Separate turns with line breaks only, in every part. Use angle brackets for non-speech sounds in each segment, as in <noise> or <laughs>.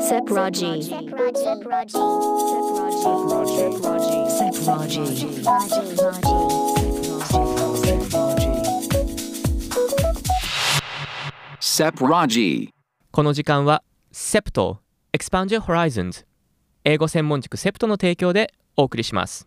Sepraji. Sepraji. Sepraji. Sepraji.
Sepraji.
この時間は SEPT Expand Your Horizons 英語専門塾 SEPT の提供でお送りします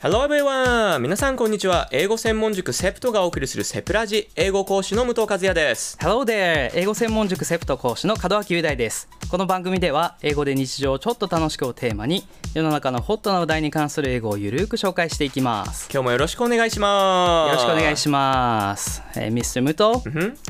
ハロー everyone! 皆さんこんにちは。英語専門塾セプトがお送りするセプラジ英語講師の武藤和也です。
Hello there! 英語専門塾セプト講師の門脇雄大です。この番組では、英語で日常をちょっと楽しくをテーマに、世の中のホットな話題に関する英語をゆるく紹介していきます。
今日もよろしくお願いし
よ
ます。
ろしくお願いします。えー Mr. Muto,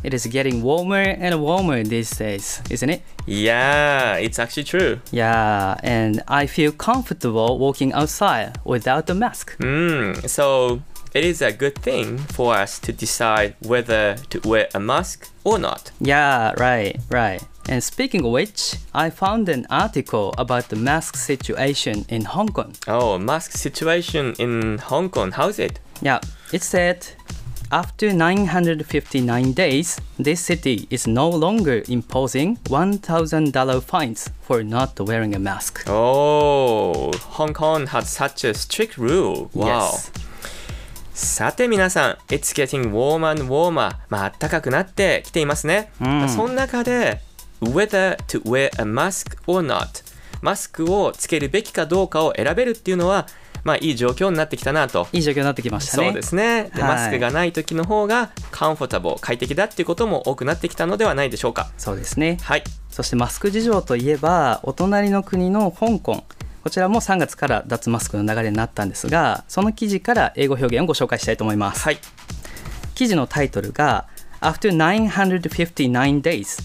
it is getting warmer and warmer these days, isn't it?
Yeah, it's actually true.
Yeah, and I feel comfortable walking outside without a mask.
Mm, so it is a good thing for us to decide whether to wear a mask or not.
Yeah, right, right. And speaking of which, I found an article about the mask situation in Hong Kong.
Oh, mask situation in Hong Kong. How's it?
Yeah, it said after 959 days, this city is no longer imposing $1,000 fines for not wearing a mask.
Oh, Hong Kong had such a strict rule. Wow.
Yes.
さて皆さん、It's getting warmer and warmer。まあ、暖かくなってきていますね。
うん
その中で、whether to wear a mask or not。マスクをつけるべきかどうかを選べるっていうのは、まあ、いい状況になってきたなと。
いい状況になってきましたね。
そうですね、で
はい
マスクがない時の方がカンフォタボー快適だっていうことも多くなってきたのではないでしょうか
そうですね。
はい
そしてマスク事情といえば、お隣の国の香港。こちらも3月から脱マスクの流れになったんですが、その記事から英語表現をご紹介したいと思います。
はい
記事のタイトルが After 959 days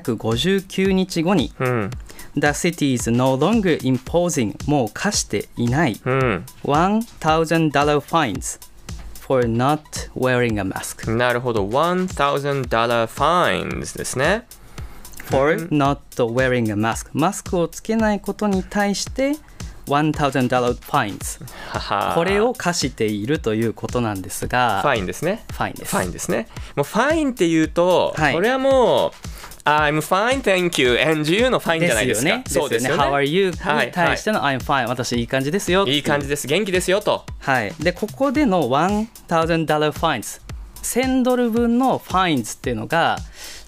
959日後に
うん
The city is no longer imposing もう課していない
う
1000 fines for not wearing a mask
んなるほど1000 fines ですね
for
<laughs>
not wearing a mask マスクをつけないことに対して1000
<laughs>
fines
はは
これを課しているということなんですが
ファインですね
ファインです
ファインですねもうファインっていうと、
はい
これはもう I'm fine, thank you, and you のファインじゃないですか
ですよね。
そうですよね
ですよね How are you? に
はいはい
対しての、I'm fine。私いい感じですよ。
いい感じです元気ですよと
はい。で、ここでの1000 fines。1000ドル分の fines っていうのが、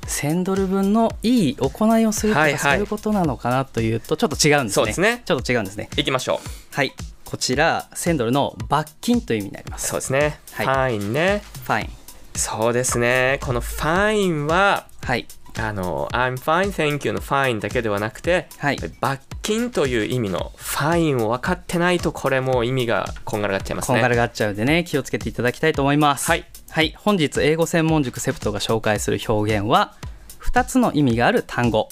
1000ドル分のいい行いをするとか、
はいはい
そういうことなのかなというと、ちょっと違うんですね。
そうですね
ちょっと違うんですね。
いきましょう
はい。こちら、1000ドルの罰金という意味になります。
そうですね、
はい
ファインね
fine。
そうですねこのファインは
はい。
あの I'm fine, thank you の fine だけではなくて、
はい
罰金という意味の fine を分かってないとこれもう意味がこんがらがっちゃいます
こん
ね
がらがっちゃうんでね、気をつけていただきたいと思います。
はい。
はい。本日、英語専門塾セプトが紹介する表現は、2つの意味がある単語。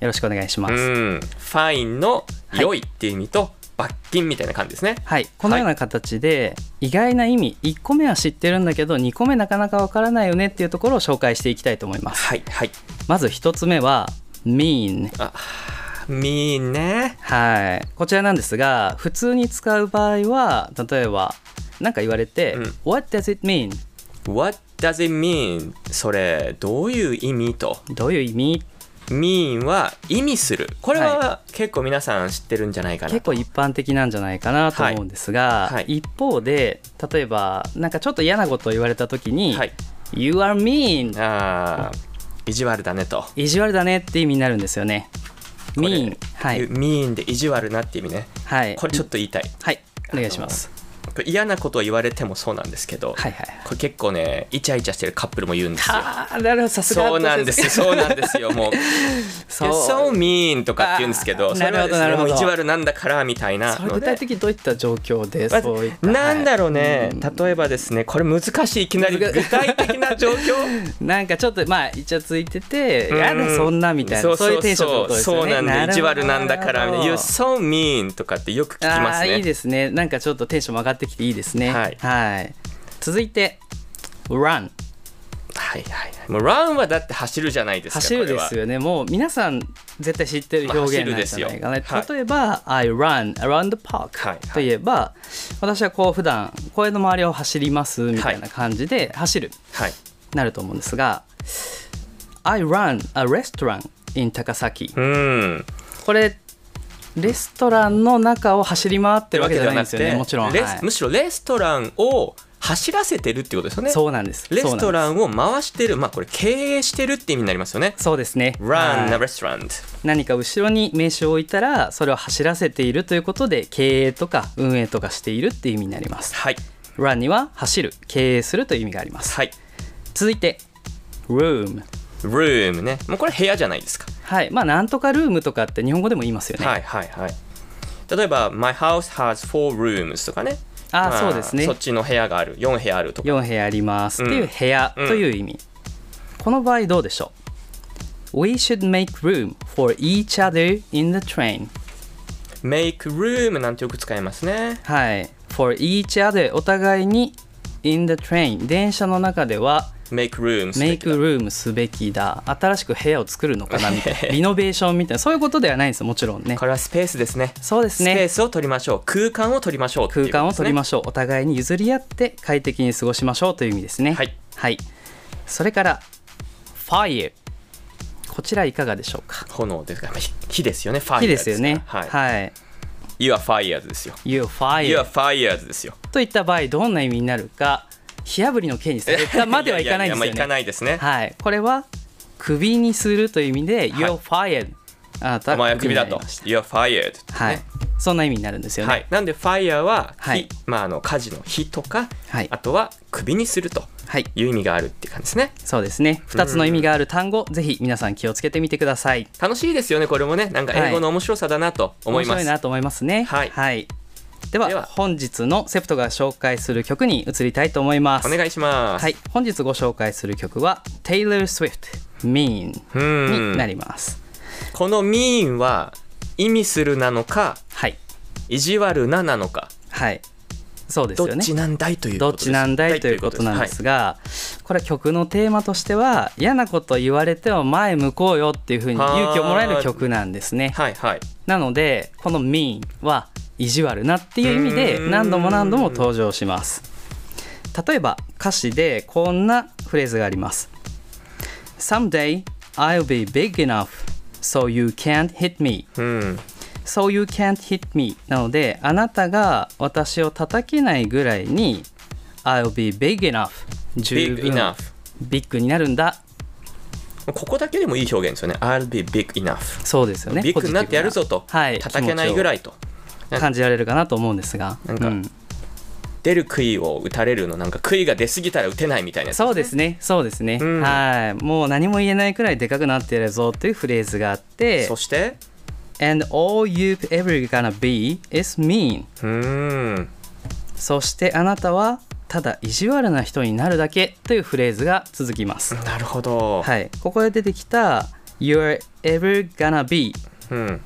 よろしくお願いしま
う
す。
ん fine の良いっていう意味と、罰金みたいな感じですね
はい。このような形で、意外な意味、1個目は知ってるんだけど、2個目なかなかわからないよねっていうところを紹介していきたいと思います。
はいはい
まず1つ目は、mean。
みーね
はい。こちらなんですが、普通に使う場合は、例えば、なんか言われて、
うん
What does it mean?
What does it mean? それどういう意味と
どういう意味
mean は意味するこれは結構皆さん知ってるんじゃないかな
結構一般的なんじゃないかなと思うんですが、
はいはい
一方で例えばなんかちょっと嫌なことを言われた時に「
はい
You are mean
あー意地悪だねと」
意地悪だねって意味になるんですよね。
これ
mean は
いう
い、
ミーンで意地悪なって意味ね
はい、
これちょっと言いたい
はいお願いします。
これ嫌なことを言われてもそうなんですけど、
はいはい
これ結構ねイチャイチャしてるカップルも言うんですよ
ああなるほどさすが
そうなんですよそうなんですよもう「
<laughs> そ
You're
う
so mean」とかって言うんですけど
あー
それはです
な
ね
るほどなる
も
ほ
う
ど
意地悪なんだからみたいな
それ
の
具体
で。
的にどういった状況で
まず
そういった
なんだろうね、
はい
例えばですねこれ難しいいきなり具体的な状況
なんかちょっとまあイチャついてて「
うん
やだそんな」みたいなそういうテンションのことですよ
そう
ね。
なんだ意地悪なんだから
みた
みた
い
い
なる
な「You're
ほど
so mean」とかってよく聞き
あ
ます
あー
ね
いいですねなんかちょっとテンションも上がってきていいですね
はい
はい続いて run
はいはいはいもうランはだって走るじゃないですか
走るで
こ
す
れ
よ
は
ねもう皆さん絶対知ってる表現なんじゃないかな、
まあ走るですよ
例えば、I run around the
はい
park
はい
といえば、私はこう普段公園の周りを走りますみたいな感じで走る、
はい。
なると思うんですが I run a restaurant in 高崎
うん。
これレストランの中を走り回ってるわけじゃないんです
<laughs>
よねもちろん、
レ
は
ス
い
むしろレストランを走らせてるってことですよね。
そうなんです
レスト
ン
ランを回してる、まあこれ経営してるって意味になりますよね。
そうですね
Run
は
a
い
restaurant。
何か後ろに名刺を置いたらそれを走らせているということで経営とか運営とかしているっていう意味になります
はい。
run には走る経営するという意味があります
はい。
続いて room
Room ね。もうこれ部屋じゃないですか。
はいまあなんとかルームとかって日本語でも言いますよね、
はいはいはい。例えば、My house has four rooms とかね。
あー
ま
そうですね
そっちの部屋がある、4部屋あるとか。
4部屋あります、
う
っ
ん
ていう部屋
うん
という意味、この場合どうでしょう We should make room for each other in the train
Make room なんてよく使いますね。
はい for each other お互いに in the train 電車の中では
Make room すべ
make
きだ。
room すべきだ新しく部屋を作るのかなみたい
<laughs>
なリノベーションみたいなそういうことではないんですよもちろんね
これはスペースですね。
そうです
スペー
ね
スを取りましょう。空間を取りましょうってい
空
うこ
間を
とですね、
取りま
し
しょうお互いに譲り合って快適に過ごしましょうという意味ですね
はい、
はい、それから「fire」こちらいかがでしょうか
ょう。炎ですから、まあ火火ですよね。ファイ
い
ヤー
いですよね
はい。
はい、
You are fired ですよ。
You
You
fire
are fired ですよ。
といった場合どんな意味になるか火あぶりの刑にされたまではいかないんです
やややまあ
よ
いか
ね
ないですね。
はいこれは首にするという意味で「
はい
You're fired」あなた
お前は
クビ
首
になり
だと
まし。た
You are fired ってね、
はいそんな意味になるんですよね、
はい、なんでファイヤーは火、
はい
まあ、あの火事の火とか、
はい
あとは首にすると
はい
いう意味があるっていう感じですね
そうですね2つの意味がある単語ぜひ皆さん気をつけてみてください
楽しいですよねこれもねなんか英語の面白さだなと思いま
面白い
す、
なと思いますね
はい
では
では
本日のセプトが紹介する曲に移りたいと思います
お願いします、
はい本日ご紹介する曲は Taylor Swift Mean
う
になんります
この「ミーン」は意味するなのか
はい
意地悪ななのか、
はいそうです
ど
よ
っ
ね
ちなんだいという
ど
こ
っ
とです
ちなんだいということなんですが、これ曲のテーマとしては嫌なこと言われても前向こうよっていうふうに勇気をもらえる曲なんですね
はいはい、はい
なのでこの「mean」は意地悪なっていう意味で
うーん
何度も何度も登場します例えば歌詞でこんなフレーズがあります「Someday I'll be big enough so you can't hit me
うん、
so you can't hit me」なのであなたが私を叩けないぐらいに「I'll be big enough」十
big
分
enough
ビッグになるんだ
ここだけでもいい表現ですよね I'll be big enough
そうですよね
ビッ
ポ
グ
ジ
に
ティ
な
ブ
ってやるぞと、
はい
叩けないぐら
い
いと
感じられるかなと思うんですが
なんか
うん
出る杭を打たれるのなんか杭が出過ぎたら打てないみたいなやつ
そうですね、そうですね、
うん
はい、もう何も言えないくらいでかくなってやるぞというフレーズがあって
そ、して、
and all you ever gonna be is mean。
うーん、
そしてあなたはただ意地悪な人になるだけというフレーズが続きます。
なるほど。
はい、ここで出てきた you're ever gonna be
うん、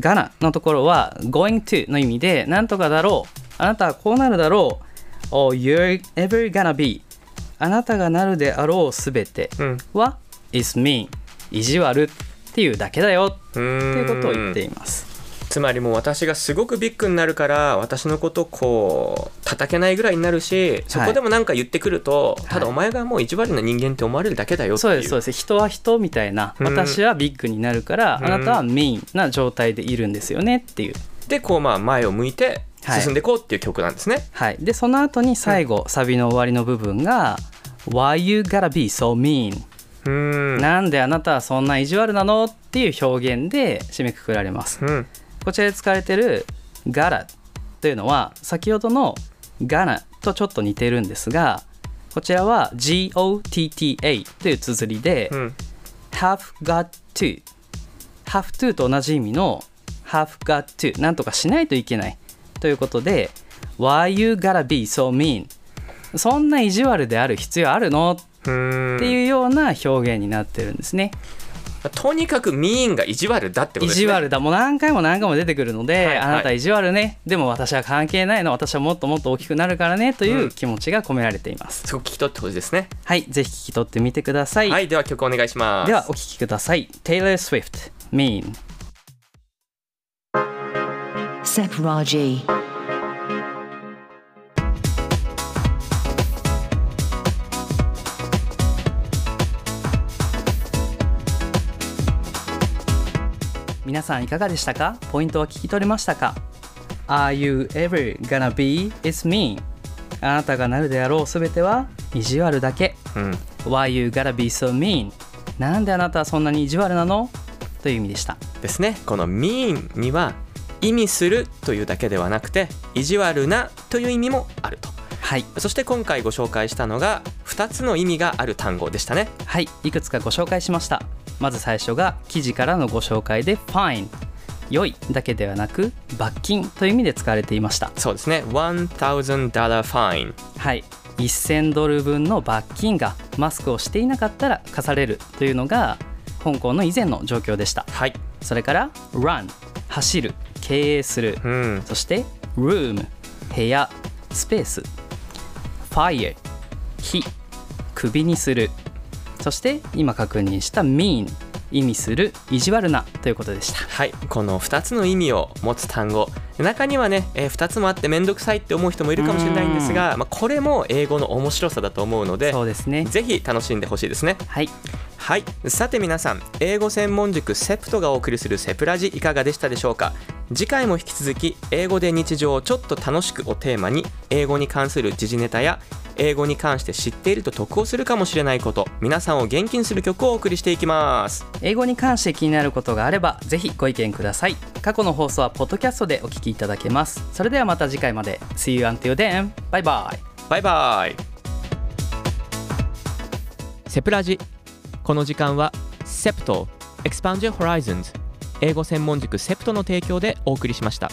gonna のところは going to の意味でなんとかだろうあなたはこうなるだろう or you're ever gonna be あなたがなるであろうすべて
うん、
は is mean 意地悪っていうだけだよ
と
と
い
いうことを言っています
つまりもう私がすごくビッグになるから私のことこう叩けないぐらいになるしそこでもなんか言ってくると、ただお前がもう意地悪な人間って思われるだけだよって
そう
い
で
う
すそうです人は人みたいな
うん
私はビッグになるから
ん
あなたはメインな状態でいるんですよねっていう
でこうまあ前を向いて進んでいこうっていう曲なんですね、
はいでその後に最後サビの終わりの部分が Why you gotta be so mean
うーん
なんであなたはそんな意地悪なのっていう表現で締めくくられます
うん
こちらで使われてる「ガラ」というのは先ほどの「ガナ」とちょっと似てるんですがこちらは GOTTA という綴りで
うん
Have got to Have to と同じ意味の Have got to なんとかしないといけないということで Why you gotta be so mean そんな意地悪である必要あるの
うーん
っていうような表現になってるんですね。
とにかくミーンが意地悪だってこと
意
です
地
ね
悪だもう何回も何回も出てくるので、
はいはい
あなた意地悪ねでも私は関係ないの私はもっともっと大きくなるからねといううん気持ちが込められています、
すごく聞き取ってほしいですね
はいぜひ聞き取ってみてください、
はい、では曲お願いします
ではお聴きください Taylor Swift Mean
Sep Raji.
皆さんいかがでしたかポイントは聞き取れましたか ?Are you ever gonna be is mean? あなたがなるであろうすべては意地悪だけ。
うん、
Why you gotta be so mean? なんであなたはそんなに意地悪なのという意味でした。
ですねこの「mean」には意味するというだけではなくて意地悪なという意味もあると
はい。
そして今回ご紹介したのが2つの意味がある単語でしたね
はい、いくつかご紹介しました。まず最初が記事からのご紹介で fine。良いだけではなく罰金という意味で使われていました。
そうですね1000 fine
はい。1000ドル分の罰金がマスクをしていなかったら課されるというのが香港の以前の状況でした。
はい
それから run 走る経営する
うん
そして room 部屋スペース fire 火首にするそして今確認した mean 意味する意地悪なということでした
はいこの2つの意味を持つ単語中にはね、え2つもあって面倒くさいって思う人もいるかもしれないんですが、まあ、これも英語の面白さだと思うので
そうですね
ぜひ楽しんでほしいですね
はい
はいさて皆さん英語専門塾セプトがお送りするセプラジいかがでしたでしょうか次回も引き続き「英語で日常をちょっと楽しく」をテーマに英語に関する時事ネタや英語に関して知っていると得をするかもしれないこと皆さんを元気にする曲をお送りしていきます
英語に関して気になることがあればぜひご意見ください過去の放送はポッドキャストでお聞きいただけますそれではまた次回まで See you until then バイバイ
バイバイセプラジこの時間はセプト Expand Your Horizons 英語専門塾セプトの提供でお送りしました